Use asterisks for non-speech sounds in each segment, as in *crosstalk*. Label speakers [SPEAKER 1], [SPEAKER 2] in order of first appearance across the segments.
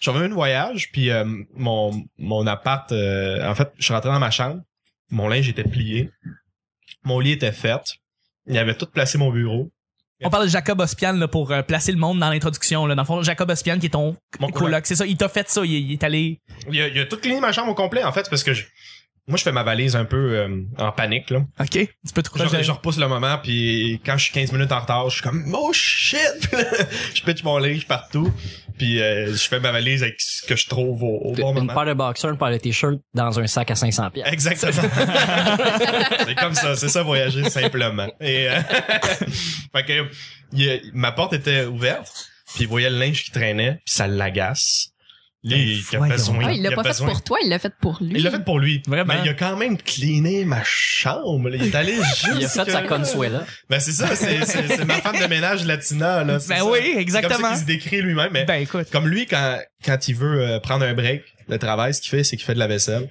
[SPEAKER 1] Je revenais de voyage, puis euh, mon, mon appart, euh, en fait, je suis rentré dans ma chambre, mon linge était plié, mon lit était fait, il avait tout placé mon bureau.
[SPEAKER 2] On parle de Jacob Ospian là, pour euh, placer le monde dans l'introduction. là. Dans le fond, Jacob Ospian qui est ton
[SPEAKER 1] Mon
[SPEAKER 2] coloc, c'est ça, il t'a fait ça, il, il est allé.
[SPEAKER 1] Il a, il a tout cleané ma chambre au complet, en fait, parce que je, moi, je fais ma valise un peu euh, en panique, là.
[SPEAKER 2] Ok. Tu peux te
[SPEAKER 1] Je,
[SPEAKER 2] croiser.
[SPEAKER 1] je repousse le moment, puis quand je suis 15 minutes en retard, je suis comme « Oh shit! » *laughs* Puis là, Je pitche mon linge partout, puis euh, je fais ma valise avec ce que je trouve au, au bon
[SPEAKER 3] une
[SPEAKER 1] moment.
[SPEAKER 3] paire de boxers, une paire de t-shirts dans un sac à 500 pièces.
[SPEAKER 4] *laughs*
[SPEAKER 1] Exactement. c'est comme ça, c'est ça voyager simplement. Et euh, *laughs* fait que il a- ma porte était ouverte, puis il voyait le linge qui traînait, puis ça l'agace. Là, il il a
[SPEAKER 2] Ben, Voyons.
[SPEAKER 1] besoin.
[SPEAKER 4] Ah, il l'a pas fait
[SPEAKER 1] besoin.
[SPEAKER 4] pour toi, il l'a fait pour lui.
[SPEAKER 1] Il l'a fait pour lui.
[SPEAKER 2] Vraiment.
[SPEAKER 1] Mais il a quand même cleané ma chambre. là. Il est
[SPEAKER 4] *laughs*
[SPEAKER 1] allé Eh, juste.
[SPEAKER 3] Il a fait sa consuela.
[SPEAKER 1] Ben c'est ça, c'est c'est- c'est ma femme de ménage latina là. c'est
[SPEAKER 2] Ben
[SPEAKER 1] ça.
[SPEAKER 2] oui,
[SPEAKER 1] C'est Comme ça
[SPEAKER 2] exactement.
[SPEAKER 1] qu'il se décrit lui-même, mais
[SPEAKER 2] Ben écoute.
[SPEAKER 1] comme lui quand quand il veut euh, prendre un break de travail, ce qu'il fait, c'est qu'il fait de la vaisselle.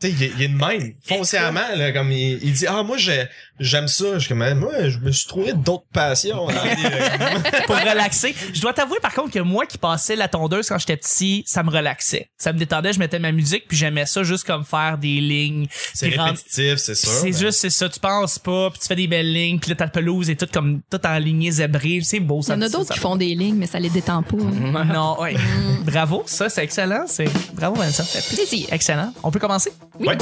[SPEAKER 1] Tu sais, il, est- il est de même, foncièrement, là, comme il, il dit, ah, moi, j'ai- j'aime ça. Je suis comme, moi, je me suis trouvé d'autres passions. dans la vie, là.
[SPEAKER 2] pour relaxer. Je dois t'avouer par contre que moi qui passais la tondeuse quand j'étais petit, ça me relaxait. Ça me détendait, je mettais ma musique puis j'aimais ça juste comme faire des lignes. *laughs*
[SPEAKER 1] c'est
[SPEAKER 2] Puis rendre-
[SPEAKER 1] répétitif, c'est sûr.
[SPEAKER 2] C'est
[SPEAKER 1] mais-
[SPEAKER 2] juste c'est ça, tu penses pas, puis tu fais des belles lignes, puis là ta pelouse est toute comme toute en lignée zébrée, c'est beau
[SPEAKER 4] Il
[SPEAKER 2] ça.
[SPEAKER 4] y en a d'autres
[SPEAKER 2] ça-
[SPEAKER 4] qui Mm. font des lignes, mais ça les détend pas.
[SPEAKER 2] Non, ouais. Bravo, ça c'est excellent, c'est bravo Vincent. ça fait
[SPEAKER 4] Plaisir.
[SPEAKER 2] Excellent. On peut commencer
[SPEAKER 1] Ouais.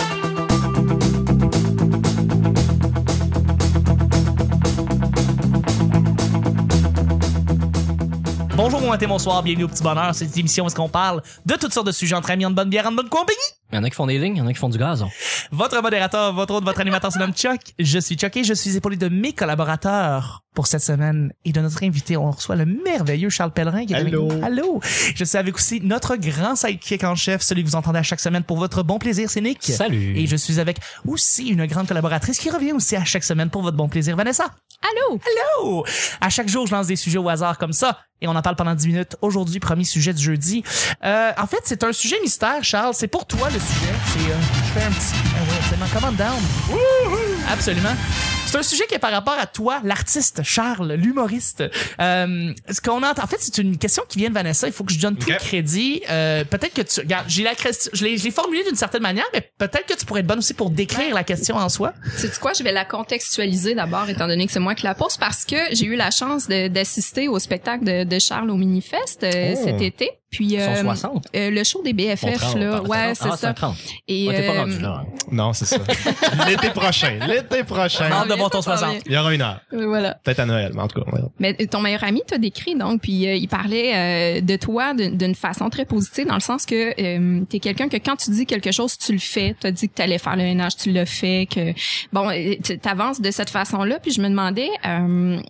[SPEAKER 2] Bonjour, bon matin, bonsoir, bienvenue au petit bonheur. C'est une émission où est-ce qu'on parle de toutes sortes de sujets entre amis, en bonne bière, en bonne compagnie.
[SPEAKER 3] Il y en a qui font des lignes, il y en a qui font du gazon.
[SPEAKER 2] Votre modérateur, votre autre, votre animateur se nomme Chuck. Je suis Chuck et je suis épaulé de mes collaborateurs pour cette semaine. Et de notre invité, on reçoit le merveilleux Charles Pellerin qui est
[SPEAKER 1] Allô.
[SPEAKER 2] avec nous. Allô. Je suis avec aussi notre grand sidekick en chef, celui que vous entendez à chaque semaine pour votre bon plaisir, c'est Nick.
[SPEAKER 3] Salut.
[SPEAKER 2] Et je suis avec aussi une grande collaboratrice qui revient aussi à chaque semaine pour votre bon plaisir, Vanessa.
[SPEAKER 4] Allô?
[SPEAKER 2] Hello! À chaque jour, je lance des sujets au hasard comme ça et on en parle pendant 10 minutes. Aujourd'hui, premier sujet du jeudi. Euh, en fait, c'est un sujet mystère, Charles. C'est pour toi le sujet. C'est, euh, je fais un petit. Ah ouais, absolument. Comment down? Absolument. C'est un sujet qui est par rapport à toi, l'artiste, Charles, l'humoriste. Euh, ce qu'on entend, en fait, c'est une question qui vient de Vanessa. Il faut que je donne tout
[SPEAKER 1] Ok.
[SPEAKER 2] le crédit. Euh, peut-être que tu, regarde, j'ai la question, je l'ai, je l'ai formulée d'une certaine manière, mais peut-être que tu pourrais être bonne aussi pour décrire la question en soi.
[SPEAKER 4] Sais-tu quoi? Je vais la contextualiser d'abord, étant donné que c'est moi qui la pose, parce que j'ai eu la chance de- d'assister au spectacle de, de Charles au Minifest euh,
[SPEAKER 1] Oh.
[SPEAKER 4] cet été. Puis,
[SPEAKER 3] Ils sont
[SPEAKER 4] euh,
[SPEAKER 3] 60.
[SPEAKER 4] euh, le show des
[SPEAKER 3] Ils font
[SPEAKER 4] BFF,
[SPEAKER 3] 30,
[SPEAKER 4] là.
[SPEAKER 3] pardon.
[SPEAKER 4] Ouais, c'est
[SPEAKER 3] Ah,
[SPEAKER 4] ça.
[SPEAKER 3] 30.
[SPEAKER 4] Et,
[SPEAKER 3] Ouais, t'es pas
[SPEAKER 4] euh,
[SPEAKER 3] rendu là. hein.
[SPEAKER 1] Non,
[SPEAKER 2] *laughs*
[SPEAKER 1] c'est ça. L'été prochain, l'été prochain.
[SPEAKER 2] Hâte de voir ton
[SPEAKER 4] Ah, Ça s'en
[SPEAKER 2] 60.
[SPEAKER 4] vient.
[SPEAKER 1] Il y aura une heure.
[SPEAKER 4] Euh, Voilà.
[SPEAKER 1] Peut-être à Noël, mais en tout cas. ouais.
[SPEAKER 4] Mais ton meilleur ami t'a décrit donc, puis euh, il parlait euh, de toi d'une d'une façon très positive, dans le sens que euh, t'es quelqu'un que quand tu dis quelque chose, tu le fais. T'as dit que t'allais faire le ménage, tu l'as fait. Que bon, euh, t- t'avances de cette façon-là. Puis je me demandais, euh,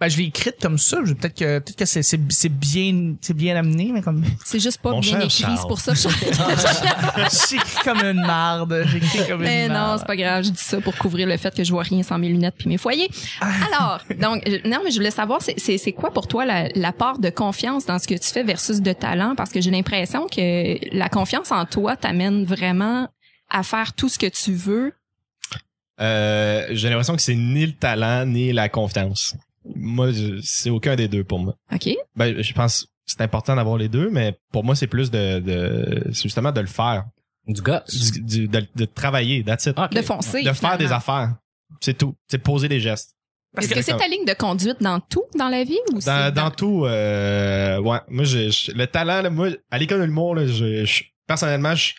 [SPEAKER 2] Ben, je l'ai écrite comme ça. Je- Peut-être que, peut-être que c'est, c'est, c'est bien, c'est bien amené, mais comme. *laughs*
[SPEAKER 4] c'est juste pas
[SPEAKER 1] Mon
[SPEAKER 4] bien
[SPEAKER 1] cher
[SPEAKER 4] écrit,
[SPEAKER 1] Charles.
[SPEAKER 4] c'est pour ça. que je-
[SPEAKER 2] J'ai écrit comme une marde. J'ai écrit comme
[SPEAKER 4] Mais
[SPEAKER 2] une
[SPEAKER 4] non,
[SPEAKER 2] marde.
[SPEAKER 4] c'est pas grave. Je dis ça pour couvrir le fait que je vois rien sans mes lunettes puis mes foyers.
[SPEAKER 1] Ah.
[SPEAKER 4] Alors, donc je- non, mais je voulais savoir, c'est- c'est c'est quoi pour toi la, la part de confiance dans ce que tu fais versus de talent, parce que j'ai l'impression que la confiance en toi t'amène vraiment à faire tout ce que tu veux.
[SPEAKER 1] Euh, j'ai l'impression que c'est ni le talent, ni la confiance. Moi, je- c'est aucun des deux pour moi.
[SPEAKER 4] Ok.
[SPEAKER 1] Ben, je pense que c'est important d'avoir les deux, mais pour moi, c'est plus de, de c'est justement de le faire,
[SPEAKER 3] Du gosse.
[SPEAKER 1] Du- du- de, de travailler, that's it.
[SPEAKER 3] Ok.
[SPEAKER 4] De foncer.
[SPEAKER 1] de faire des
[SPEAKER 4] finalement.
[SPEAKER 1] affaires. C'est tout. C'est poser des gestes.
[SPEAKER 2] Parce
[SPEAKER 4] Est-ce que c'est ta ligne de conduite dans tout dans la vie ou c'est
[SPEAKER 1] Dans, dans tout, euh, ouais. Moi, j'ai j'ai- le talent, là, moi, à l'école de l'humour, là, je- je- personnellement, je,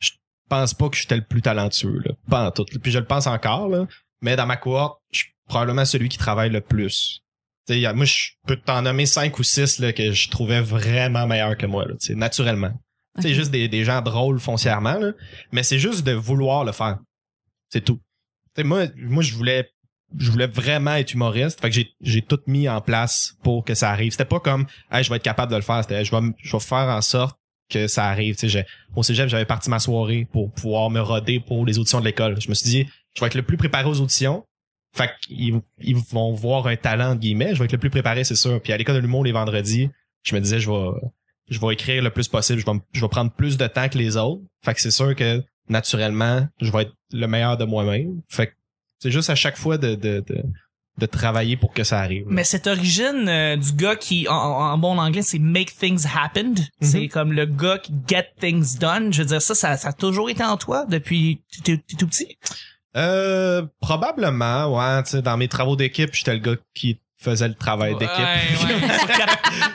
[SPEAKER 1] je pense pas que j'étais le plus talentueux, là. Pas en tout. Puis je le pense encore, là. Mais dans ma cohorte, je suis probablement celui qui travaille le plus. Tu sais, y a- moi, je peux t'en nommer cinq ou six, là, que je trouvais vraiment meilleur que moi, là, tu sais, naturellement. Tu sais,
[SPEAKER 4] Ok.
[SPEAKER 1] juste des, des gens drôles foncièrement, là. Mais c'est juste de vouloir le faire. C'est tout. Tu sais, moi, moi, je voulais je voulais vraiment être humoriste. Fait que j'ai, j'ai tout mis en place pour que ça arrive. C'était pas comme, hey, je vais être capable de le faire. C'était, hey, je vais, m- je vais faire en sorte que ça arrive. Tu sais, j'ai- au cégep, j'avais parti ma soirée pour pouvoir me roder pour les auditions de l'école. Je me suis dit, je vais être le plus préparé aux auditions. Fait qu'ils ils vont voir un talent, entre guillemets. Je vais être le plus préparé, c'est sûr. Puis à l'école de l'humour, les vendredis, je me disais, je vais, je vais écrire le plus possible. Je vais, m- je vais prendre plus de temps que les autres. Fait que c'est sûr que, naturellement, je vais être le meilleur de moi-même. Fait que c'est juste à chaque fois de, de, de, de travailler pour que ça arrive. là.
[SPEAKER 2] Mais cette origine euh, du gars qui, en, en bon anglais, c'est make things happen. C'est comme le gars qui get things done. Je veux dire, ça, ça, ça a toujours été en toi depuis que t'es t'es tout petit.
[SPEAKER 1] Euh, probablement, ouais. tu sais, Dans mes travaux d'équipe, j'étais le gars qui faisait le travail d'équipe.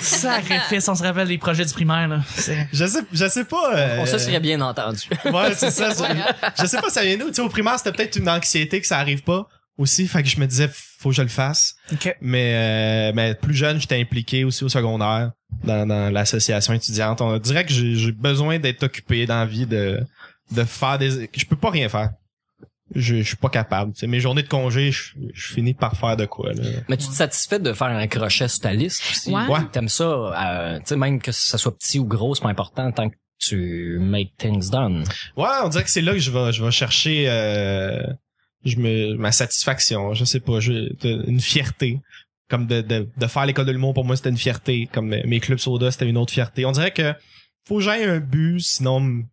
[SPEAKER 2] Sacrifice, on se rappelle des projets du primaire, là. C'est-
[SPEAKER 1] Je sais, je sais pas. euh,
[SPEAKER 3] On se serait bien entendu.
[SPEAKER 1] Ouais, c'est ça. c'est- je sais pas, ça vient d'où. Tu sais, au primaire, c'était peut-être une anxiété que ça arrive pas aussi. Fait que je me disais, faut que je le fasse.
[SPEAKER 2] Ok.
[SPEAKER 1] Mais, euh, mais plus jeune, j'étais impliqué aussi au secondaire dans, dans l'association étudiante. On dirait que j'ai j'ai besoin d'être occupé dans la vie, de, de faire des... Je peux pas rien faire. Je, je suis pas capable. Tu sais, mes journées de congé, je, je finis par faire de quoi. Là.
[SPEAKER 3] Mais tu te satisfais de faire un crochet sur ta liste aussi.
[SPEAKER 4] Ouais.
[SPEAKER 1] Ouais.
[SPEAKER 3] T'aimes ça, euh, tu sais, même que ça soit petit ou gros, c'est pas important tant que tu make things done.
[SPEAKER 1] Ouais, on dirait que c'est là que je vais, je vais chercher euh, je me, ma satisfaction. Je sais pas, je, de- une fierté. Comme de, de, de faire l'école de l'humour, pour moi, c'était une fierté. Comme mes mes clubs soda, c'était une autre fierté. On dirait que faut que j'aille un but, sinon m-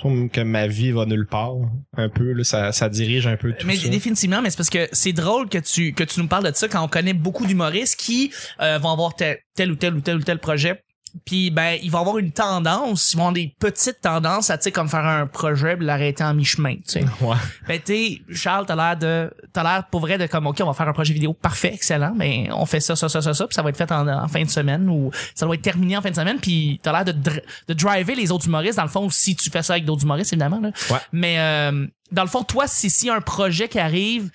[SPEAKER 1] sinon que ma vie va nulle part. Un peu, là, ça, ça dirige un peu tout
[SPEAKER 2] mais
[SPEAKER 1] ça.
[SPEAKER 2] définitivement, mais c'est parce que c'est drôle que tu que tu nous parles de ça quand on connaît beaucoup d'humoristes qui euh, vont avoir tel, tel ou tel ou tel ou tel projet. Puis ben ils vont avoir une tendance, ils vont avoir des petites tendances à tu sais comme faire un projet puis l'arrêter en mi-chemin, tu sais.
[SPEAKER 1] Ouais.
[SPEAKER 2] Ben t'es Charles, t'as l'air de t'as l'air pour vrai de comme ok on va faire un projet vidéo parfait, excellent, mais on fait ça ça ça ça ça puis ça va être fait en, en fin de semaine ou ça doit être terminé en fin de semaine puis t'as l'air de dr- de driver les autres humoristes dans le fond si tu fais ça avec d'autres humoristes évidemment là.
[SPEAKER 1] Ouais.
[SPEAKER 2] Mais euh, dans le fond toi si si y a un projet qui arrive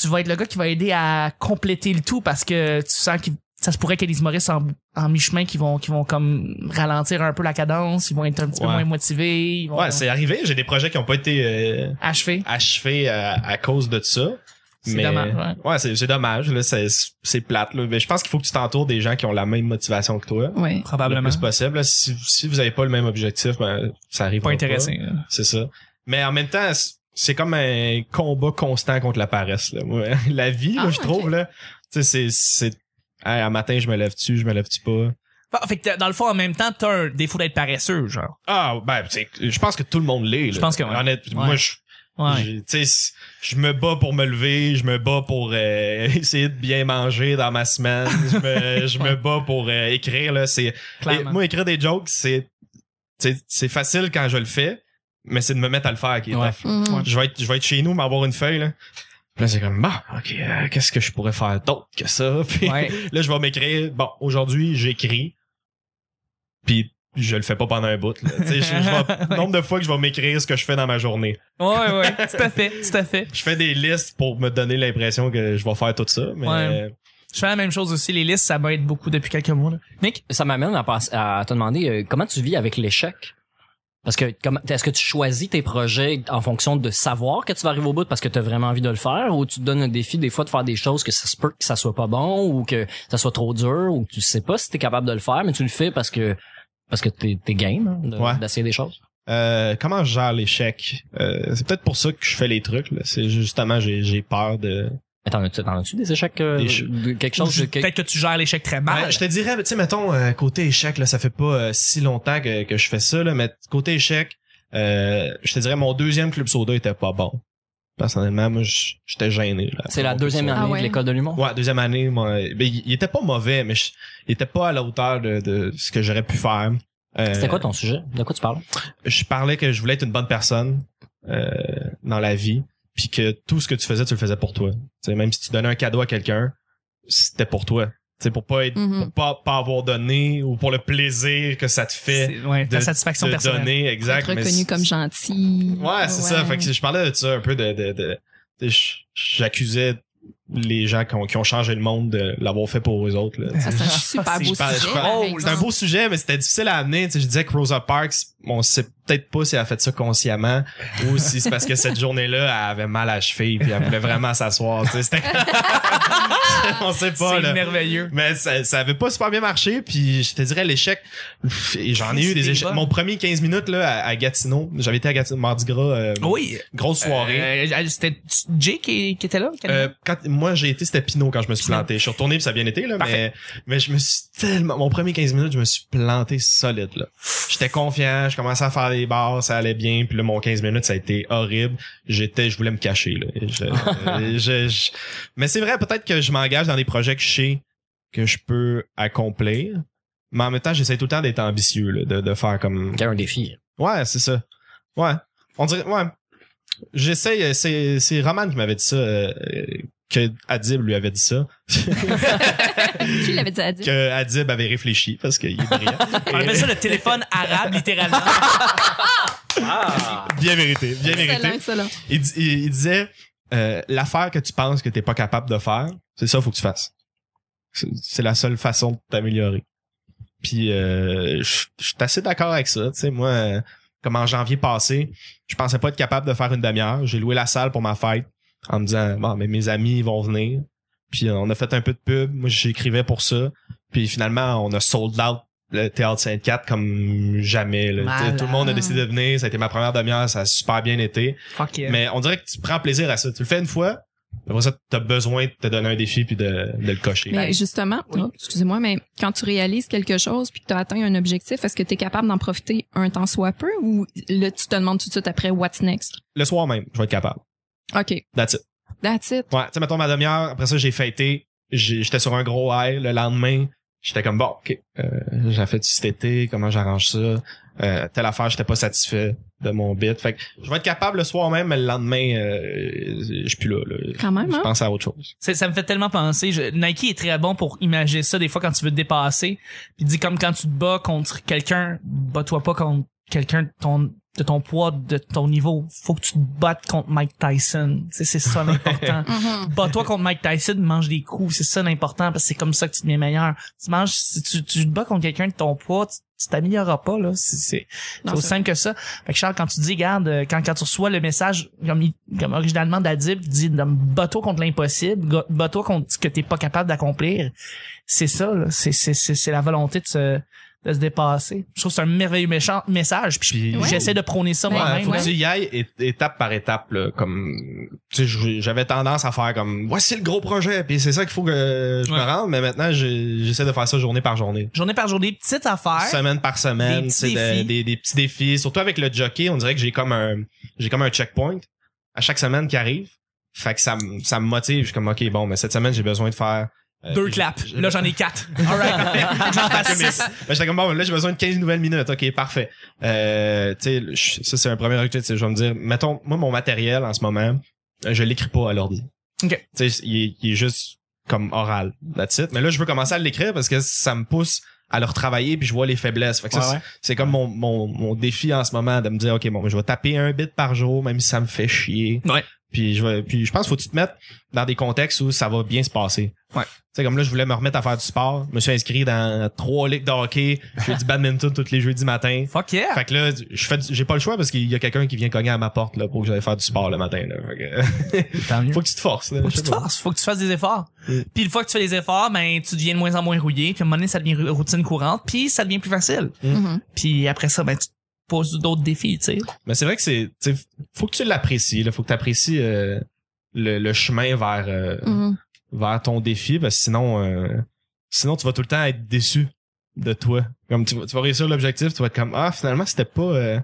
[SPEAKER 2] tu vas être le gars qui va aider à compléter le tout parce que tu sens que ça se pourrait qu'il y ait des humoristes en, en mi-chemin qui vont qui vont comme ralentir un peu la cadence, ils vont être un petit peu
[SPEAKER 1] Ouais.
[SPEAKER 2] moins motivés, ils vont
[SPEAKER 1] Ouais, c'est arrivé. J'ai des projets qui ont pas été euh,
[SPEAKER 2] achever.
[SPEAKER 1] achevés à, à cause de ça.
[SPEAKER 2] C'est
[SPEAKER 1] Mais-
[SPEAKER 2] dommage, ouais.
[SPEAKER 1] Ouais, c'est c'est dommage. là, C'est c'est plate. Là. Mais je pense qu'il faut que tu t'entoures des gens qui ont la même motivation que toi.
[SPEAKER 4] Ouais.
[SPEAKER 2] Probablement.
[SPEAKER 1] le plus possible. là. Si, si vous avez pas le même objectif, ben, ça arrive
[SPEAKER 2] pas intéressé.
[SPEAKER 1] C'est ça. Mais en même temps, c- c'est comme un combat constant contre la paresse. Là. Moi, *laughs* la vie, là,
[SPEAKER 4] Ah,
[SPEAKER 1] je
[SPEAKER 4] ok.
[SPEAKER 1] trouve, là, tu sais, c'est... c'est Hey, un matin, je me lève-tu, je me lève-tu pas?
[SPEAKER 2] Bah, Fait que t'as- dans le fond, en même temps, t'as un défaut d'être paresseux, genre.
[SPEAKER 1] Ah, ben, tu sais, je pense que tout le monde l'est. là.
[SPEAKER 2] Je pense que oui.
[SPEAKER 1] Honnête, moi,
[SPEAKER 2] Ouais.
[SPEAKER 1] je,
[SPEAKER 2] Ouais.
[SPEAKER 1] j'ai- tu sais, c- je me bats pour me lever, je me bats pour euh, *laughs* essayer de bien manger dans ma semaine, je me, je me bats pour euh, écrire. Là, c'est, Et
[SPEAKER 2] Clairement.
[SPEAKER 1] moi, écrire des jokes, c'est, c'est c'est facile quand je le fais, mais c'est de me mettre à le faire qui est
[SPEAKER 3] Ouais.
[SPEAKER 1] tough.
[SPEAKER 4] Mhm.
[SPEAKER 1] Je vais être, je vais être chez nous, m'avoir une feuille, là. Puis Là, c'est comme, bah, ok, euh, qu'est-ce que je pourrais faire d'autre que ça? *laughs* Puis
[SPEAKER 3] Ouais.
[SPEAKER 1] là, je vais m'écrire, bon, aujourd'hui, j'écris, puis je le fais pas pendant un bout. Là. Tu sais, je,
[SPEAKER 3] *laughs*
[SPEAKER 1] je vais- nombre de fois que je vais m'écrire ce que je fais dans ma journée.
[SPEAKER 2] *laughs* Ouais, ouais, tout à fait, tout à fait.
[SPEAKER 1] Je fais des listes pour me donner l'impression que je vais faire tout ça, mais
[SPEAKER 2] Ouais. Je fais la même chose aussi, les listes, ça m'aide beaucoup depuis quelques mois, là. Nick?
[SPEAKER 3] Ça m'amène à, pass- à te demander euh, comment tu vis avec l'échec. Parce que comment- est-ce que tu choisis tes projets en fonction de savoir que tu vas arriver au bout parce que tu as vraiment envie de le faire ou tu te donnes un défi des fois de faire des choses que ça se peut que ça soit pas bon ou que ça soit trop dur ou que tu sais pas si tu es capable de le faire mais tu le fais parce que parce que t'es es game hein, de-
[SPEAKER 1] Ouais.
[SPEAKER 3] d'essayer des choses.
[SPEAKER 1] euh, comment je gère l'échec? Euh, c'est peut-être pour ça que je fais les trucs. là. C'est justement, j'ai, j'ai peur de...
[SPEAKER 3] Mais t'en as-tu t'en as-tu des échecs euh,
[SPEAKER 1] Des che-
[SPEAKER 3] de- quelque chose de- que-
[SPEAKER 2] Peut-être que tu gères l'échec très mal.
[SPEAKER 1] Ouais, Ben, je te dirais, tu sais, mettons, euh, côté échec, là, ça fait pas euh, si longtemps que, que je fais ça, là, mais côté échec, euh, je te dirais, mon deuxième club soda était pas bon. Personnellement, moi, je- j'étais gêné. là.
[SPEAKER 3] C'est la
[SPEAKER 1] Mon
[SPEAKER 3] deuxième
[SPEAKER 1] club
[SPEAKER 3] année
[SPEAKER 1] soda.
[SPEAKER 4] Ah ouais.
[SPEAKER 3] de l'école de l'humour.
[SPEAKER 1] Ouais, deuxième année, moi, ben, il, il était pas mauvais, mais je- il était pas à la hauteur de, de ce que j'aurais pu faire. Euh,
[SPEAKER 3] C'était quoi ton sujet De quoi tu parles
[SPEAKER 1] je parlais que je voulais être une bonne personne euh, dans la vie, puis que tout ce que tu faisais, tu le faisais pour toi. Tu sais, même si tu donnais un cadeau à quelqu'un, c'était pour toi. Tu sais, pour pas être,
[SPEAKER 4] Mhm.
[SPEAKER 1] pour pas, pas avoir donné ou pour le plaisir que ça te fait
[SPEAKER 2] C'est- ouais, ta
[SPEAKER 1] de-
[SPEAKER 2] satisfaction
[SPEAKER 1] de
[SPEAKER 2] personnelle.
[SPEAKER 1] donner, exact.
[SPEAKER 4] Être
[SPEAKER 1] mais
[SPEAKER 4] reconnu
[SPEAKER 1] c'est-
[SPEAKER 4] comme gentil.
[SPEAKER 1] Ouais, c'est ça. Fait que je parlais de ça un peu de, de, de- tu sais, je- j'accusais les gens qui ont, qui ont changé le monde de l'avoir fait pour eux autres. là.
[SPEAKER 4] Ah, c'est un
[SPEAKER 1] *laughs*
[SPEAKER 4] super
[SPEAKER 2] C'est-
[SPEAKER 4] beau
[SPEAKER 1] je parle- je
[SPEAKER 4] sujet.
[SPEAKER 1] parle-
[SPEAKER 4] par
[SPEAKER 2] Oh,
[SPEAKER 4] exemple.
[SPEAKER 1] C'est un beau sujet, mais c'était difficile à amener. Tu sais, je disais que Rosa Parks, on sait peut-être pas si elle a fait ça consciemment ou si c'est parce que cette journée-là, elle avait mal à la cheville puis elle voulait vraiment s'asseoir. Tu sais, c'était- *laughs* on sait pas,
[SPEAKER 2] C'est
[SPEAKER 1] là.
[SPEAKER 2] merveilleux.
[SPEAKER 1] Mais ça, ça avait pas super bien marché, puis je te dirais l'échec. pff, et J'en ai eu des
[SPEAKER 2] C'était
[SPEAKER 1] échecs.
[SPEAKER 2] bon.
[SPEAKER 1] Mon premier 15 minutes là à, à Gatineau, j'avais été à Gatineau Mardi Gras, euh,
[SPEAKER 2] Oui.
[SPEAKER 1] grosse soirée.
[SPEAKER 2] Euh, c'était Jay qui, qui était là? Quel-
[SPEAKER 1] Euh, quand moi j'ai été c'était Pinot quand je me suis
[SPEAKER 2] Pinot.
[SPEAKER 1] planté. Je suis retourné puis ça a bien été là,
[SPEAKER 2] Parfait.
[SPEAKER 1] mais mais je me suis tellement mon premier 15 minutes, je me suis planté solide là. J'étais confiant, je je commençais à faire des bars, ça allait bien, puis là, mon 15 minutes, ça a été horrible. J'étais, je voulais me cacher, là. Je-
[SPEAKER 2] *laughs*
[SPEAKER 1] euh, je- je- Mais c'est vrai, peut-être que je m'engage dans des projets que je sais que je peux accomplir. Mais en même temps, j'essaie tout le temps d'être ambitieux, là, de, de faire comme...
[SPEAKER 3] C'est un défi.
[SPEAKER 1] Ouais, c'est ça. Ouais. On dirait, ouais. J'essaye, euh, c'est, c'est Roman qui m'avait dit ça, euh, euh, que Adib lui avait dit ça,
[SPEAKER 4] Qui l'avait dit à dire?
[SPEAKER 1] que Adib avait réfléchi parce qu'il est brillant.
[SPEAKER 2] On appelle ça le téléphone arabe, littéralement.
[SPEAKER 3] Ah!
[SPEAKER 1] bien mérité, bien
[SPEAKER 4] Excellent,
[SPEAKER 1] mérité.
[SPEAKER 4] excellent.
[SPEAKER 1] Il, di- il- il disait, euh, l'affaire que tu penses que t'es pas capable de faire, c'est ça, faut que tu fasses. C'est, c'est la seule façon de t'améliorer. Puis, euh, je je suis assez d'accord avec ça. Tu sais, moi, euh, comme en janvier passé, je pensais pas être capable de faire une demi-heure. J'ai loué la salle pour ma fête en me disant bon mais mes amis ils vont venir. Puis euh, on a fait un peu de pub, moi j'écrivais pour ça. Puis finalement on a sold out le théâtre 54 comme jamais. là.
[SPEAKER 2] Malade.
[SPEAKER 1] Tout le monde a décidé de venir, ça a été ma première demi-heure, ça a super bien été.
[SPEAKER 2] Fuck yeah.
[SPEAKER 1] Mais on dirait que tu prends plaisir à ça. Tu le fais une fois, après ça t'as besoin de te donner un défi puis de, de le cocher.
[SPEAKER 4] Mais justement, oh, excusez-moi, mais quand tu réalises quelque chose puis que tu as atteint un objectif, est-ce que tu es capable d'en profiter un temps soit peu ou là, tu te demandes tout de suite après what's next?
[SPEAKER 1] Le soir même, je vais être capable.
[SPEAKER 4] OK,
[SPEAKER 1] That's it.
[SPEAKER 4] that's it.
[SPEAKER 1] Ouais, tu sais, mettons ma demi-heure, après ça, j'ai fêté, j'ai- j'étais sur un gros high le lendemain, j'étais comme, bon, ok, euh, j'ai fait cet été, comment j'arrange ça, euh, telle affaire, j'étais pas satisfait de mon bit. Fait que je vais être capable le soir même, mais le lendemain, euh, je suis plus là, là.
[SPEAKER 4] Quand même,
[SPEAKER 1] Je
[SPEAKER 4] hein?
[SPEAKER 1] pense à autre chose.
[SPEAKER 2] Ça, ça me fait tellement penser. je- Nike est très bon pour imaginer ça des fois quand tu veux te dépasser. Puis dit comme quand tu te bats contre quelqu'un, bats-toi pas contre quelqu'un de ton, de ton poids, de ton niveau. Faut que tu te battes contre Mike Tyson. Tu sais, c'est ça l'important.
[SPEAKER 1] Mm-hmm.
[SPEAKER 4] Mhm.
[SPEAKER 2] Bats-toi contre Mike Tyson, mange des coups. C'est ça l'important parce que c'est comme ça que tu deviens meilleur. Tu manges, si tu, tu te bats contre quelqu'un de ton poids, tu tu t'amélioreras pas, là. C'est, c'est, c'est
[SPEAKER 4] Non,
[SPEAKER 2] aussi
[SPEAKER 4] c'est-
[SPEAKER 2] simple que ça. Fait que Charles, quand tu dis, regarde, euh, quand, quand tu reçois le message, comme, il- comme originalement d'Adib, tu dis, bats-toi contre l'impossible, go- bats-toi contre ce que t'es pas capable d'accomplir. C'est ça, là. C'est, c'est, c'est, c'est la volonté de se, de se dépasser. Je trouve que c'est un merveilleux méchant message. Puis
[SPEAKER 1] Puis-
[SPEAKER 2] j'essaie de prôner ça
[SPEAKER 4] Ouais,
[SPEAKER 1] Ben, Ouais,
[SPEAKER 2] moi-même.
[SPEAKER 1] faut
[SPEAKER 2] là.
[SPEAKER 1] que tu y ailles é- étape par étape, là, comme tu sais, je- j'avais tendance à faire comme voici le gros projet, puis c'est ça qu'il faut que je me
[SPEAKER 2] Ouais.
[SPEAKER 1] rende, mais maintenant j'ai- j'essaie de faire ça journée par journée.
[SPEAKER 2] Journée par journée, petites affaires.
[SPEAKER 1] semaine par semaine,
[SPEAKER 2] Des
[SPEAKER 1] tu sais,
[SPEAKER 2] petits
[SPEAKER 1] de-
[SPEAKER 2] défis.
[SPEAKER 1] des, des petits défis. Surtout avec le jockey, on dirait que j'ai comme un, j'ai comme un checkpoint à chaque semaine qui arrive. Fait que ça, me- ça me motive. Je suis comme, OK, bon, mais cette semaine, j'ai besoin de faire. euh,
[SPEAKER 2] Deux
[SPEAKER 1] j'ai-
[SPEAKER 2] claps.
[SPEAKER 1] j'ai-
[SPEAKER 2] Là, j'en ai quatre. All right,
[SPEAKER 1] *laughs*
[SPEAKER 2] *laughs* parfait. J'en passe six.
[SPEAKER 1] Ben, j'étais comme, bon, là, j'ai besoin de 15 nouvelles minutes. OK, parfait. Euh, tu sais, je- ça, c'est un premier objectif. c'est, Je vais me dire, mettons, moi, mon matériel en ce moment, euh, je l'écris pas à l'ordi.
[SPEAKER 2] OK.
[SPEAKER 1] Tu sais, il, est- il est juste comme oral. That's it. Mais là, je veux commencer à l'écrire parce que ça me pousse à le retravailler puis je vois les faiblesses. Fait que ça,
[SPEAKER 3] Ouais,
[SPEAKER 1] c'est-
[SPEAKER 3] ouais.
[SPEAKER 1] c'est comme mon, mon, mon défi en ce moment de me dire, OK, bon, je vais taper un bit par jour, même si ça me fait chier.
[SPEAKER 2] Ouais.
[SPEAKER 1] Puis je, vais, puis je pense qu'il faut que tu te mettes dans des contextes où ça va bien se passer.
[SPEAKER 2] Ouais.
[SPEAKER 1] Tu sais, comme là, je voulais me remettre à faire du sport. Je me suis inscrit dans trois ligues de hockey. Je fais du badminton *laughs* tous les jeudis matin.
[SPEAKER 2] Fuck yeah.
[SPEAKER 1] Fait que là, je fais, du- j'ai pas le choix parce qu'il y a quelqu'un qui vient cogner à ma porte là, pour que j'aille faire du sport le matin. Là. Fait que-
[SPEAKER 2] Tant mieux.
[SPEAKER 1] *laughs* faut que tu te forces. Là,
[SPEAKER 2] Faut que
[SPEAKER 1] Je
[SPEAKER 2] tu
[SPEAKER 1] sais
[SPEAKER 2] te
[SPEAKER 1] pas.
[SPEAKER 2] forces, faut que tu fasses des efforts.
[SPEAKER 1] Mm.
[SPEAKER 2] Puis une fois que tu fais des efforts, ben tu deviens de moins en moins rouillé, puis à un moment donné ça devient ru- routine courante, puis ça devient plus facile.
[SPEAKER 4] Mhm.
[SPEAKER 2] Puis après ça ben tu te poses d'autres défis, tu sais.
[SPEAKER 1] Mais c'est vrai que c'est, tu sais, faut que tu l'apprécies. Là, faut que tu apprécies le, le chemin vers, euh,
[SPEAKER 4] Mhm.
[SPEAKER 1] vers ton défi parce que sinon euh, sinon tu vas tout le temps être déçu de toi comme tu, vas- tu vas réussir l'objectif tu vas être comme ah finalement c'était pas euh,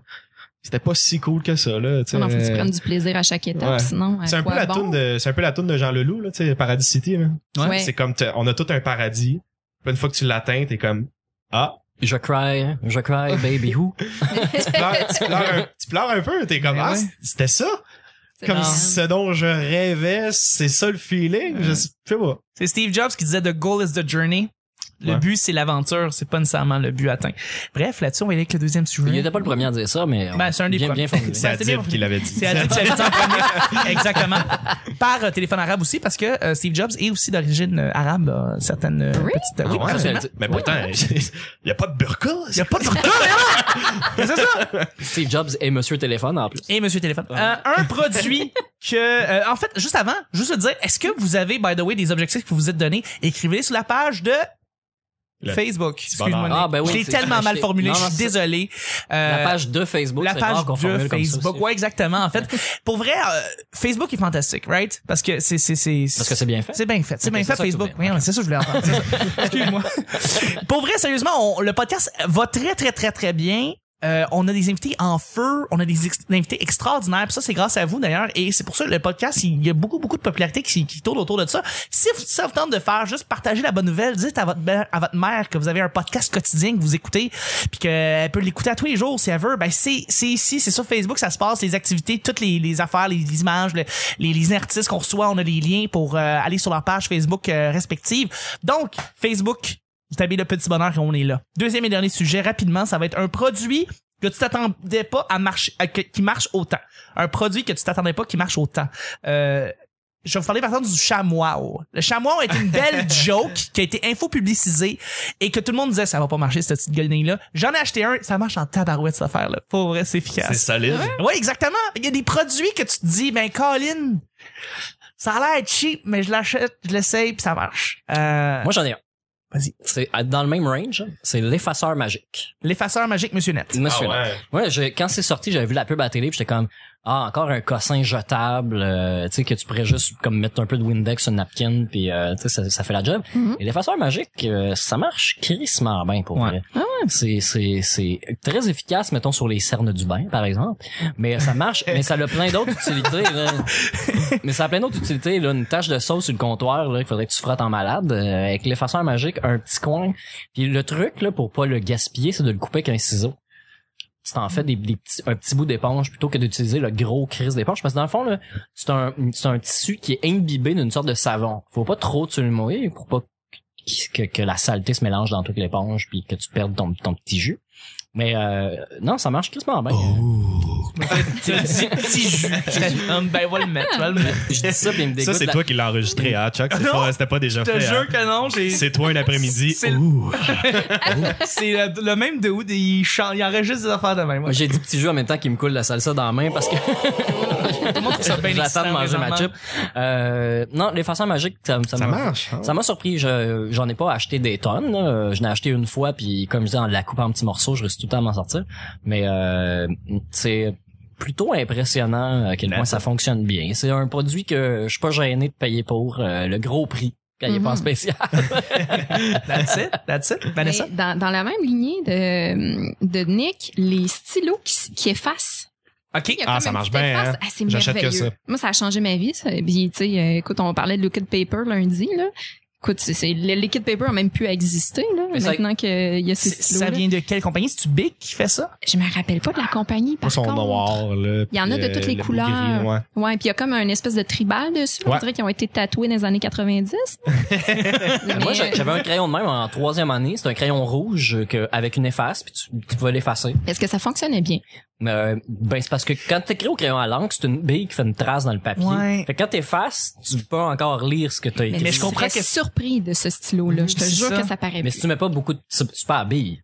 [SPEAKER 1] c'était pas si cool que ça là tu sais,
[SPEAKER 4] Non, faut que tu
[SPEAKER 1] euh,
[SPEAKER 4] prennes du plaisir à chaque étape,
[SPEAKER 1] ouais.
[SPEAKER 4] sinon. à
[SPEAKER 1] c'est un peu
[SPEAKER 4] quoi
[SPEAKER 1] la
[SPEAKER 4] bon?
[SPEAKER 1] toune de c'est un peu la toune de Jean Leloup là tu sais Paradis City là.
[SPEAKER 4] Ouais.
[SPEAKER 1] c'est comme t'as- on a tout un paradis Puis une fois que tu l'atteins t'es comme ah
[SPEAKER 3] Je cry, je cry, baby who.
[SPEAKER 4] *laughs*
[SPEAKER 1] tu pleures, tu pleures un, tu pleures un peu t'es comme
[SPEAKER 4] Ben
[SPEAKER 2] Mais
[SPEAKER 1] ah
[SPEAKER 2] ouais.
[SPEAKER 1] c'était ça
[SPEAKER 4] C'est
[SPEAKER 1] comme
[SPEAKER 4] bon.
[SPEAKER 1] ce dont je rêvais c'est ça le feeling je sais je sais pas
[SPEAKER 2] C'est Steve Jobs qui disait the goal is the journey. Le
[SPEAKER 1] Ouais.
[SPEAKER 2] but c'est l'aventure, c'est pas nécessairement le but atteint. Bref, là-dessus on va y aller avec le deuxième sujet.
[SPEAKER 3] Il était pas le premier à dire ça, mais. euh,
[SPEAKER 2] Ben, c'est un des
[SPEAKER 3] bien,
[SPEAKER 2] premiers.
[SPEAKER 3] bien formulé.
[SPEAKER 1] c'est
[SPEAKER 2] Ouais, c'est
[SPEAKER 1] Adib
[SPEAKER 2] bien.
[SPEAKER 1] qui l'avait dit
[SPEAKER 2] C'est Adib qui l'a dit
[SPEAKER 1] *laughs*
[SPEAKER 2] en premier. Exactement. Par euh, téléphone arabe aussi, parce que euh, Steve Jobs est aussi d'origine euh, arabe, euh, certaines euh,
[SPEAKER 4] Really?
[SPEAKER 2] petites...
[SPEAKER 1] Ah
[SPEAKER 2] oui,
[SPEAKER 1] ouais?
[SPEAKER 2] absolument.
[SPEAKER 1] Mais pourtant, *laughs* il y a pas de burqa.
[SPEAKER 2] Il y a pas de
[SPEAKER 1] *laughs*
[SPEAKER 2] C'est ça!
[SPEAKER 3] Steve Jobs et Monsieur Téléphone en plus.
[SPEAKER 2] Et Monsieur Téléphone. Euh, un
[SPEAKER 1] *laughs*
[SPEAKER 2] produit que, euh, en fait, juste avant, juste te dire, est-ce que vous avez, by the way, des objectifs que vous vous êtes donnés? Écrivez sur la page de
[SPEAKER 1] Le
[SPEAKER 2] Facebook. Excuse-moi.
[SPEAKER 1] bonheur.
[SPEAKER 2] Nick.
[SPEAKER 3] Ah, ben oui,
[SPEAKER 2] je l'ai
[SPEAKER 3] c'est-
[SPEAKER 2] tellement mal
[SPEAKER 3] je-
[SPEAKER 2] formulé,
[SPEAKER 3] non,
[SPEAKER 2] je
[SPEAKER 3] non,
[SPEAKER 2] suis
[SPEAKER 3] c'est-
[SPEAKER 2] désolé.
[SPEAKER 3] La
[SPEAKER 2] Euh,
[SPEAKER 3] page de Facebook,
[SPEAKER 2] la
[SPEAKER 3] c'est
[SPEAKER 2] page
[SPEAKER 3] rare qu'on
[SPEAKER 2] de
[SPEAKER 3] formule comme ça
[SPEAKER 2] Facebook,
[SPEAKER 3] aussi.
[SPEAKER 2] ouais exactement. En fait, pour vrai, euh, Facebook est fantastique, right? Parce que c'est c'est c'est
[SPEAKER 3] Parce que c'est bien fait.
[SPEAKER 2] c'est bien fait, c'est
[SPEAKER 3] Ok,
[SPEAKER 2] bien fait
[SPEAKER 3] c'est ça que tu
[SPEAKER 2] Facebook.
[SPEAKER 3] voulais.
[SPEAKER 2] Oui, ouais, c'est ça que je voulais entendre.
[SPEAKER 3] *laughs*
[SPEAKER 2] C'est ça. Excuse-moi. Pour vrai, sérieusement, on- le podcast va très très très très bien. Euh, on a des invités en feu, on a des ex- invités extraordinaires. Puis ça, c'est grâce à vous d'ailleurs. Et c'est pour ça le podcast, il y a beaucoup, beaucoup de popularité qui, qui tourne autour de ça. Si vous, ça vous tente de faire, juste partager la bonne nouvelle, dites à votre, mère- à votre mère que vous avez un podcast quotidien que vous écoutez, puis qu'elle peut l'écouter à tous les jours si elle veut. Ben c'est, c'est ici, c'est sur Facebook, ça se passe, les activités, toutes les, les affaires, les, les images, le- les, les artistes qu'on reçoit, on a les liens pour euh, aller sur leur page Facebook euh, respective. Donc, Facebook, vous tapez le petit bonheur et on est là. Deuxième et dernier sujet, rapidement, ça va être un produit que tu t'attendais pas à marcher, à que- qui marche autant. Un produit que tu t'attendais pas qui marche autant. Euh, je vais vous parler par exemple du chamois. Le chamois
[SPEAKER 1] *laughs*
[SPEAKER 2] est une belle joke qui a été infopublicisée et que tout le monde disait ça va pas marcher cette petite gueule là. J'en ai acheté un, ça marche en tabarouette cette affaire là. Pour vrai, c'est
[SPEAKER 1] C'est
[SPEAKER 2] efficace.
[SPEAKER 1] solide.
[SPEAKER 2] Oui, exactement. Il y a des produits que tu te dis ben Colin, ça a l'air cheap mais je l'achète, je l'essaye puis ça marche. Euh,
[SPEAKER 3] Moi, j'en ai un.
[SPEAKER 2] Vas-y.
[SPEAKER 3] C'est euh, dans le même range, c'est l'effaceur magique.
[SPEAKER 2] l'effaceur magique monsieur net.
[SPEAKER 3] Moi,
[SPEAKER 1] Ah
[SPEAKER 3] celui-là.
[SPEAKER 1] ouais.
[SPEAKER 3] Ouais, je- quand c'est sorti, j'avais vu la pub à la télé, puis j'étais comme ah encore un cossin jetable, euh, tu sais que tu pourrais juste comme mettre un peu de Windex sur une napkin, puis euh, tu sais ça, ça fait la job.
[SPEAKER 4] Mhm.
[SPEAKER 3] Et l'effaceur magique, euh, ça marche crissement bien pour
[SPEAKER 2] Mm-hmm. Ouais.
[SPEAKER 3] vrai.
[SPEAKER 4] Ah
[SPEAKER 3] C'est c'est c'est très efficace, mettons sur les cernes du bain par exemple, mais
[SPEAKER 2] *laughs*
[SPEAKER 3] ça marche, mais ça a plein d'autres utilités. là. Mais ça a plein d'autres utilités là, une tache de sauce sur le comptoir là, il faudrait que tu frottes en malade euh, avec l'effaceur magique, un petit coin. Puis le truc là pour pas le gaspiller, c'est de le couper avec un ciseau tu t'en fais des, des petits, un petit bout d'éponge plutôt que d'utiliser le gros crise d'éponge parce que dans le fond là, c'est un c'est un tissu qui est imbibé d'une sorte de savon. Faut pas trop tu le mouiller pour pas qu- que, que la saleté se mélange dans toute l'éponge puis que tu perdes ton, ton petit jus. Mais euh, non, ça marche quasiment bien.
[SPEAKER 1] Oh.
[SPEAKER 3] *laughs*
[SPEAKER 2] Tu as dit petit jus. Hum, ben, va le mettre, va le mettre.
[SPEAKER 3] Je dis ça puis il me
[SPEAKER 1] Ça,
[SPEAKER 3] dégoûte.
[SPEAKER 1] c'est
[SPEAKER 3] la-
[SPEAKER 1] toi qui l'as enregistré, hein, Chuck? C'est
[SPEAKER 2] Non.
[SPEAKER 1] pas- C'était pas déjà
[SPEAKER 2] Je te
[SPEAKER 1] fait. hein?
[SPEAKER 2] jure que non, j'ai-
[SPEAKER 1] C'est toi un après-midi.
[SPEAKER 2] C'est le-
[SPEAKER 1] Ouh.
[SPEAKER 2] c'est le, le même de Hood, il, chan- il enregistre des affaires de même.
[SPEAKER 3] Moi,
[SPEAKER 2] Moi,
[SPEAKER 3] J'ai dit petit jus en même temps qu'il me coule la salsa dans la main parce que
[SPEAKER 2] je trouve ça bien
[SPEAKER 3] *laughs* j'attends de
[SPEAKER 2] Oh, ben, excitant,
[SPEAKER 3] manger ma
[SPEAKER 2] présentement.
[SPEAKER 3] chip. Euh, non, les façons magiques, ça, ça,
[SPEAKER 1] Ça
[SPEAKER 3] m'a-
[SPEAKER 1] marche. hein?
[SPEAKER 3] Ça m'a surpris, je- j'en ai pas acheté des tonnes. là. Euh, Je n'ai acheté une fois, puis comme je disais, en la coupant en petits morceaux, je réussis tout le temps à m'en sortir. Mais euh, c'est plutôt impressionnant à quel point ça fonctionne bien. C'est un produit que je suis pas gêné de payer pour euh, le gros prix quand il est pas en
[SPEAKER 4] Mhm.
[SPEAKER 3] spécial.
[SPEAKER 2] That's it, that's it.
[SPEAKER 4] Mais
[SPEAKER 2] Vanessa?
[SPEAKER 4] dans, dans la même lignée de, de Nick, les stylos qui, s- qui effacent.
[SPEAKER 2] OK.
[SPEAKER 4] Il y a
[SPEAKER 1] Ah,
[SPEAKER 4] comme
[SPEAKER 1] ça
[SPEAKER 4] une
[SPEAKER 1] marche
[SPEAKER 4] petite
[SPEAKER 1] bien,
[SPEAKER 4] efface.
[SPEAKER 1] hein?
[SPEAKER 4] Ah, c'est
[SPEAKER 1] J'achète que
[SPEAKER 4] merveilleux.
[SPEAKER 1] ça.
[SPEAKER 4] Moi, ça a changé ma vie. ça. Puis, tu sais, euh, écoute, on parlait de liquid paper lundi, là. Écoute, c'est, c'est- le liquid paper a même plus existé, là,
[SPEAKER 3] Mais ça-
[SPEAKER 4] maintenant qu'il y a ces
[SPEAKER 2] C'est-
[SPEAKER 4] stylos
[SPEAKER 2] Ça vient Ah, de quelle compagnie? C'est-tu Bic qui fait ça?
[SPEAKER 4] Je me rappelle pas de la compagnie,
[SPEAKER 1] Ils
[SPEAKER 4] hein. par
[SPEAKER 1] sont
[SPEAKER 4] contre.
[SPEAKER 1] noirs, là.
[SPEAKER 4] Il y en a
[SPEAKER 1] puis,
[SPEAKER 4] de
[SPEAKER 1] euh,
[SPEAKER 4] toutes les
[SPEAKER 1] le
[SPEAKER 4] couleurs.
[SPEAKER 1] gris, ouais.
[SPEAKER 4] Ouais, puis il y a comme un espèce de tribal dessus.
[SPEAKER 1] Ouais.
[SPEAKER 4] On dirait qu'ils ont été tatoués dans les années 90. Mais-
[SPEAKER 3] Moi, j'a- j'avais un crayon de même en troisième année. C'est un crayon rouge euh, que, avec une efface, puis tu, tu pouvais l'effacer.
[SPEAKER 4] Est-ce que ça fonctionnait bien?
[SPEAKER 3] Mais, euh, ben, c'est parce que quand t'écris au crayon à l'encre, c'est une bille qui fait une trace dans le papier.
[SPEAKER 2] Ouais.
[SPEAKER 3] Fait que quand t'effaces, tu peux encore lire ce que t'as écrit.
[SPEAKER 2] mais je comprends
[SPEAKER 4] serais
[SPEAKER 2] que-
[SPEAKER 4] surpris de ce stylo-là. Je te
[SPEAKER 2] C'est
[SPEAKER 4] jure
[SPEAKER 2] ça.
[SPEAKER 4] que ça paraît
[SPEAKER 3] Mais
[SPEAKER 4] plus.
[SPEAKER 3] si tu mets pas beaucoup de... C'est pas à bille.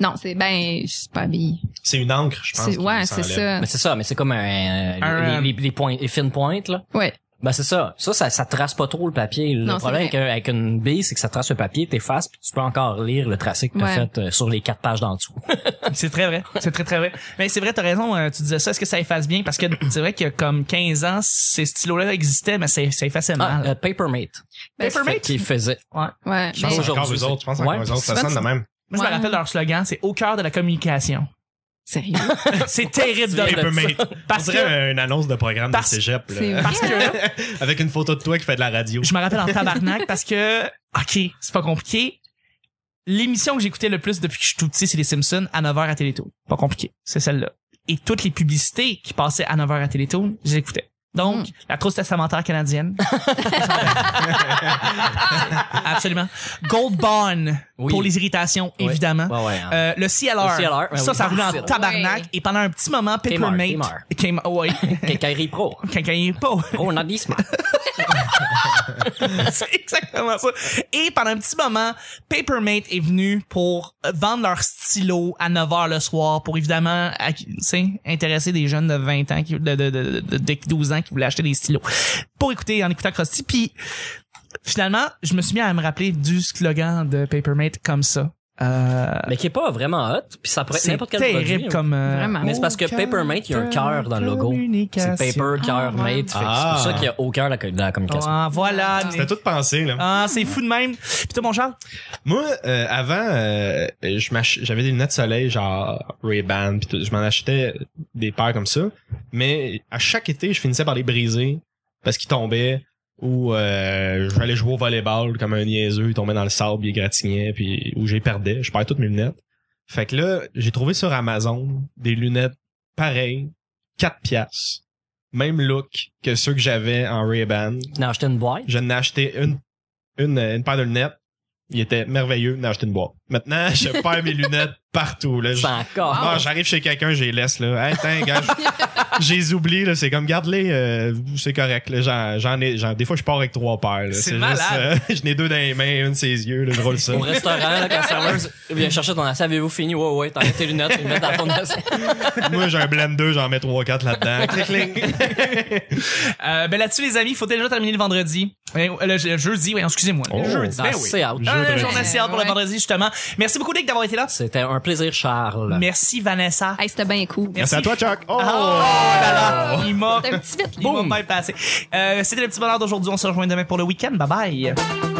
[SPEAKER 4] Non, c'est ben, c'est pas bien.
[SPEAKER 1] C'est une encre, je pense.
[SPEAKER 4] C'est-
[SPEAKER 1] qui
[SPEAKER 4] Ouais, c'est
[SPEAKER 1] s'enlève.
[SPEAKER 4] ça.
[SPEAKER 3] Mais c'est ça, mais c'est comme un, euh,
[SPEAKER 2] Un,
[SPEAKER 3] les, les, les pointes, les fines pointes là.
[SPEAKER 4] Ouais.
[SPEAKER 3] Ben c'est ça. Ça, ça, ça trace pas trop le papier. Le
[SPEAKER 4] Non, c'est
[SPEAKER 3] problème
[SPEAKER 4] vrai.
[SPEAKER 3] avec, avec une bille, c'est que ça trace le papier, t'effaces, puis tu peux encore lire le tracé que t'as
[SPEAKER 4] Ouais.
[SPEAKER 3] fait euh, sur les quatre pages d'en dessous.
[SPEAKER 2] C'est très vrai. C'est très, très vrai. Mais c'est vrai, t'as raison. euh, Tu disais ça. Est-ce que ça efface bien? Parce que c'est vrai qu'il y a comme 15 ans, ces stylos-là existaient, mais ça, ça effaçait
[SPEAKER 3] Ah,
[SPEAKER 2] mal.
[SPEAKER 3] euh, Papermate.
[SPEAKER 4] Ben,
[SPEAKER 3] Fait
[SPEAKER 2] Papermate?
[SPEAKER 3] Qu'il faisait.
[SPEAKER 4] Ouais. ben,
[SPEAKER 1] Je pense
[SPEAKER 4] mais-
[SPEAKER 3] Mais
[SPEAKER 1] encore aux
[SPEAKER 3] aujourd'hui,
[SPEAKER 1] autres. Je pense
[SPEAKER 3] c'est-
[SPEAKER 1] encore aux autres. Ça
[SPEAKER 3] Ouais.
[SPEAKER 1] sonne de même.
[SPEAKER 2] Moi, je
[SPEAKER 4] ouais.
[SPEAKER 2] me rappelle leur slogan, c'est au cœur de la *laughs* communication.
[SPEAKER 4] Sérieux?
[SPEAKER 2] C'est terrible de
[SPEAKER 3] Paper-
[SPEAKER 1] Papermate. On
[SPEAKER 2] Parce que
[SPEAKER 1] dirait une annonce de programme de
[SPEAKER 2] Parce-
[SPEAKER 1] cégep, là.
[SPEAKER 4] C'est
[SPEAKER 2] parce que
[SPEAKER 1] Avec une photo de toi qui fait de la radio.
[SPEAKER 2] je me rappelle en tabarnak parce que, ok, c'est pas compliqué. L'émission que j'écoutais le plus depuis que je suis tout petit, c'est les Simpsons à 9h à Télétoon. Pas compliqué. C'est celle-là. Et toutes les publicités qui passaient à 9h à Télétoon, je les écoutais. Donc,
[SPEAKER 4] Mm.
[SPEAKER 3] Hmm.
[SPEAKER 2] la trousse testamentaire
[SPEAKER 3] *laughs*
[SPEAKER 2] canadienne. Absolument. Gold Bond
[SPEAKER 3] Oui.
[SPEAKER 2] pour les irritations,
[SPEAKER 3] Ouais.
[SPEAKER 2] évidemment.
[SPEAKER 3] Ouais, ouais. hein.
[SPEAKER 2] Euh, le CLR.
[SPEAKER 3] Le CLR, ben
[SPEAKER 2] ça,
[SPEAKER 3] oui.
[SPEAKER 2] ça roulait en
[SPEAKER 3] Ouais.
[SPEAKER 2] tabarnak. Et pendant un petit moment,
[SPEAKER 3] Kmart,
[SPEAKER 2] Peppermint came,
[SPEAKER 3] *laughs*
[SPEAKER 2] ouais,
[SPEAKER 3] Quai- Kairi Pro.
[SPEAKER 2] quand il y a pas. *laughs*
[SPEAKER 3] Pro Nadisma.
[SPEAKER 2] C'est exactement ça. Et pendant un petit moment, Papermate est venu pour euh, vendre leur stylo à 9h le soir pour évidemment acqui- tu sais, intéresser des jeunes de 20 ans, qui, de, de, de, de- de 12 ans qui voulaient acheter des stylos pour écouter en écoutant Krusty. Puis finalement, je me suis mis à me rappeler du slogan de Papermate comme ça. Euh,
[SPEAKER 3] Mais qui est pas vraiment hot, puis ça pourrait être
[SPEAKER 2] c'est
[SPEAKER 3] n'importe quel produit. hein.
[SPEAKER 2] terrible comme. euh,
[SPEAKER 4] Vraiment.
[SPEAKER 3] Mais c'est parce que
[SPEAKER 2] aucun
[SPEAKER 3] Papermate, il y a un cœur dans le logo.
[SPEAKER 2] communication.
[SPEAKER 3] C'est Paper Cœur
[SPEAKER 4] Ah, ouais.
[SPEAKER 3] Mate. fait que
[SPEAKER 1] Ah.
[SPEAKER 3] C'est pour ça qu'il y a au cœur la, co- de la communication.
[SPEAKER 2] Ah, voilà.
[SPEAKER 4] Ah.
[SPEAKER 1] C'était tout pensé, là.
[SPEAKER 2] Ah, c'est fou de même. Puis toi, mon Charles?
[SPEAKER 1] Moi, euh, avant, euh, je m'ach- j'avais des lunettes de soleil, genre Ray-Ban, pis tout. Je m'en achetais des paires comme ça. Mais à chaque été, je finissais par les briser parce qu'ils tombaient ou euh, j'allais jouer au volleyball comme un niaiseux, ils tombaient dans le sable, ils gratignaient, puis où j'ai perdais. Je perds toutes mes lunettes. Fait que là, j'ai trouvé sur Amazon des lunettes pareilles, 4 piastres, même look que ceux que j'avais en Ray-Ban.
[SPEAKER 3] J'ai acheté une boîte.
[SPEAKER 1] Je n'ai acheté une, une, euh, une paire de lunettes. Il était merveilleux, n'ai acheté une boîte. Maintenant,
[SPEAKER 2] *laughs*
[SPEAKER 1] je perds mes lunettes partout. Là. Je-
[SPEAKER 3] C'est encore.
[SPEAKER 1] Ah, J'arrive chez quelqu'un, je les laisse. Là. Hey, tiens, gars,
[SPEAKER 2] *laughs*
[SPEAKER 1] je- je les oublie. là. C'est comme, garde-les, euh, c'est correct. là. J'en, j'en ai, j'en- des fois, je pars avec trois paires. là.
[SPEAKER 2] C'est
[SPEAKER 1] juste,
[SPEAKER 2] malade.
[SPEAKER 1] euh, *laughs* je n'ai deux dans les mains, une ses yeux. là, je roule ça.
[SPEAKER 3] Au restaurant, là, quand le
[SPEAKER 1] *laughs*
[SPEAKER 3] serveur vient chercher ton assiette, avez-vous fini? Ouais, ouais, t'enlèves tes lunettes, tu les mets dans ton assiette.
[SPEAKER 1] *laughs* Moi, j'ai un blend 2, j'en mets trois, quatre
[SPEAKER 2] *laughs*
[SPEAKER 1] là-dedans. Clic, clic.
[SPEAKER 2] Euh, ben là-dessus, les amis, il faut déjà terminer le vendredi. Euh, Le, le jeudi, oui, excusez-moi.
[SPEAKER 1] Oh.
[SPEAKER 2] le jeudi.
[SPEAKER 3] Dans
[SPEAKER 2] Ben oui.
[SPEAKER 3] C'est out.
[SPEAKER 2] Ah,
[SPEAKER 1] Jeudi.
[SPEAKER 2] journée c'est hâte pour le
[SPEAKER 4] Ouais.
[SPEAKER 2] vendredi, justement. Merci beaucoup, Nick, d'avoir été là.
[SPEAKER 3] C'était un plaisir, Charles.
[SPEAKER 2] Merci, Vanessa.
[SPEAKER 4] Hey, c'était bien cool.
[SPEAKER 1] Merci à toi, Chuck. Oh!
[SPEAKER 2] Oh là là, il m'a
[SPEAKER 4] er C'était un petit vite.
[SPEAKER 2] il m'a bien passé. Euh, C'était le petit bonheur d'aujourd'hui. On se rejoint demain pour le week-end. Bye bye.